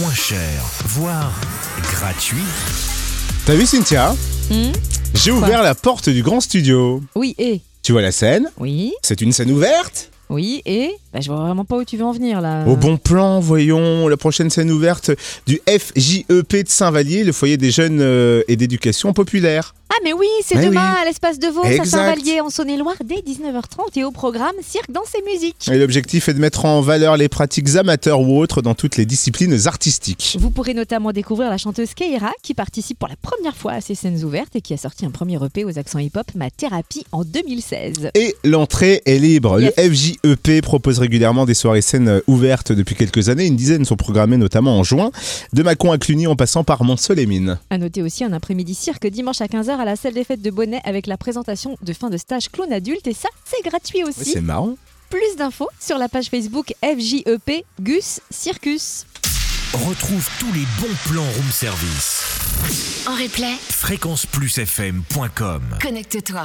moins cher, voire gratuit. T'as vu Cynthia Hmm J'ai Quoi ouvert la porte du grand studio. Oui, et Tu vois la scène Oui, C'est une scène ouverte oui, et bah, Je vois vraiment pas où tu veux en venir là. Au bon plan, voyons la prochaine scène ouverte du FJEP de Saint-Vallier, le foyer des jeunes euh, et d'éducation populaire. Ah, mais oui, c'est Mais demain oui. à l'espace de Vaux, à Exact. Saint-Vallier, en Saône-et-Loire, dès 19h30 et au programme Cirque dans ses musiques. Et l'objectif est de mettre en valeur les pratiques amateurs ou autres dans toutes les disciplines artistiques. Vous pourrez notamment découvrir la chanteuse Keira qui participe pour la première fois à ces scènes ouvertes et qui a sorti un premier EP aux accents hip-hop, Ma Thérapie, en 2016. Et l'entrée est libre. Le FJEP propose régulièrement des soirées scènes euh, ouvertes depuis quelques années. Une dizaine sont programmées notamment en juin, de Mâcon à Cluny en passant par Monsol et Mines. À noter aussi un après-midi cirque dimanche à 15h à la salle des fêtes de Bonnet avec la présentation de fin de stage clown adulte et ça, c'est gratuit aussi. C'est marrant. Plus d'infos sur la page Facebook FJEP Gus Circus. Retrouve tous les bons plans room service. En replay, fréquenceplusfm.com connecte-toi.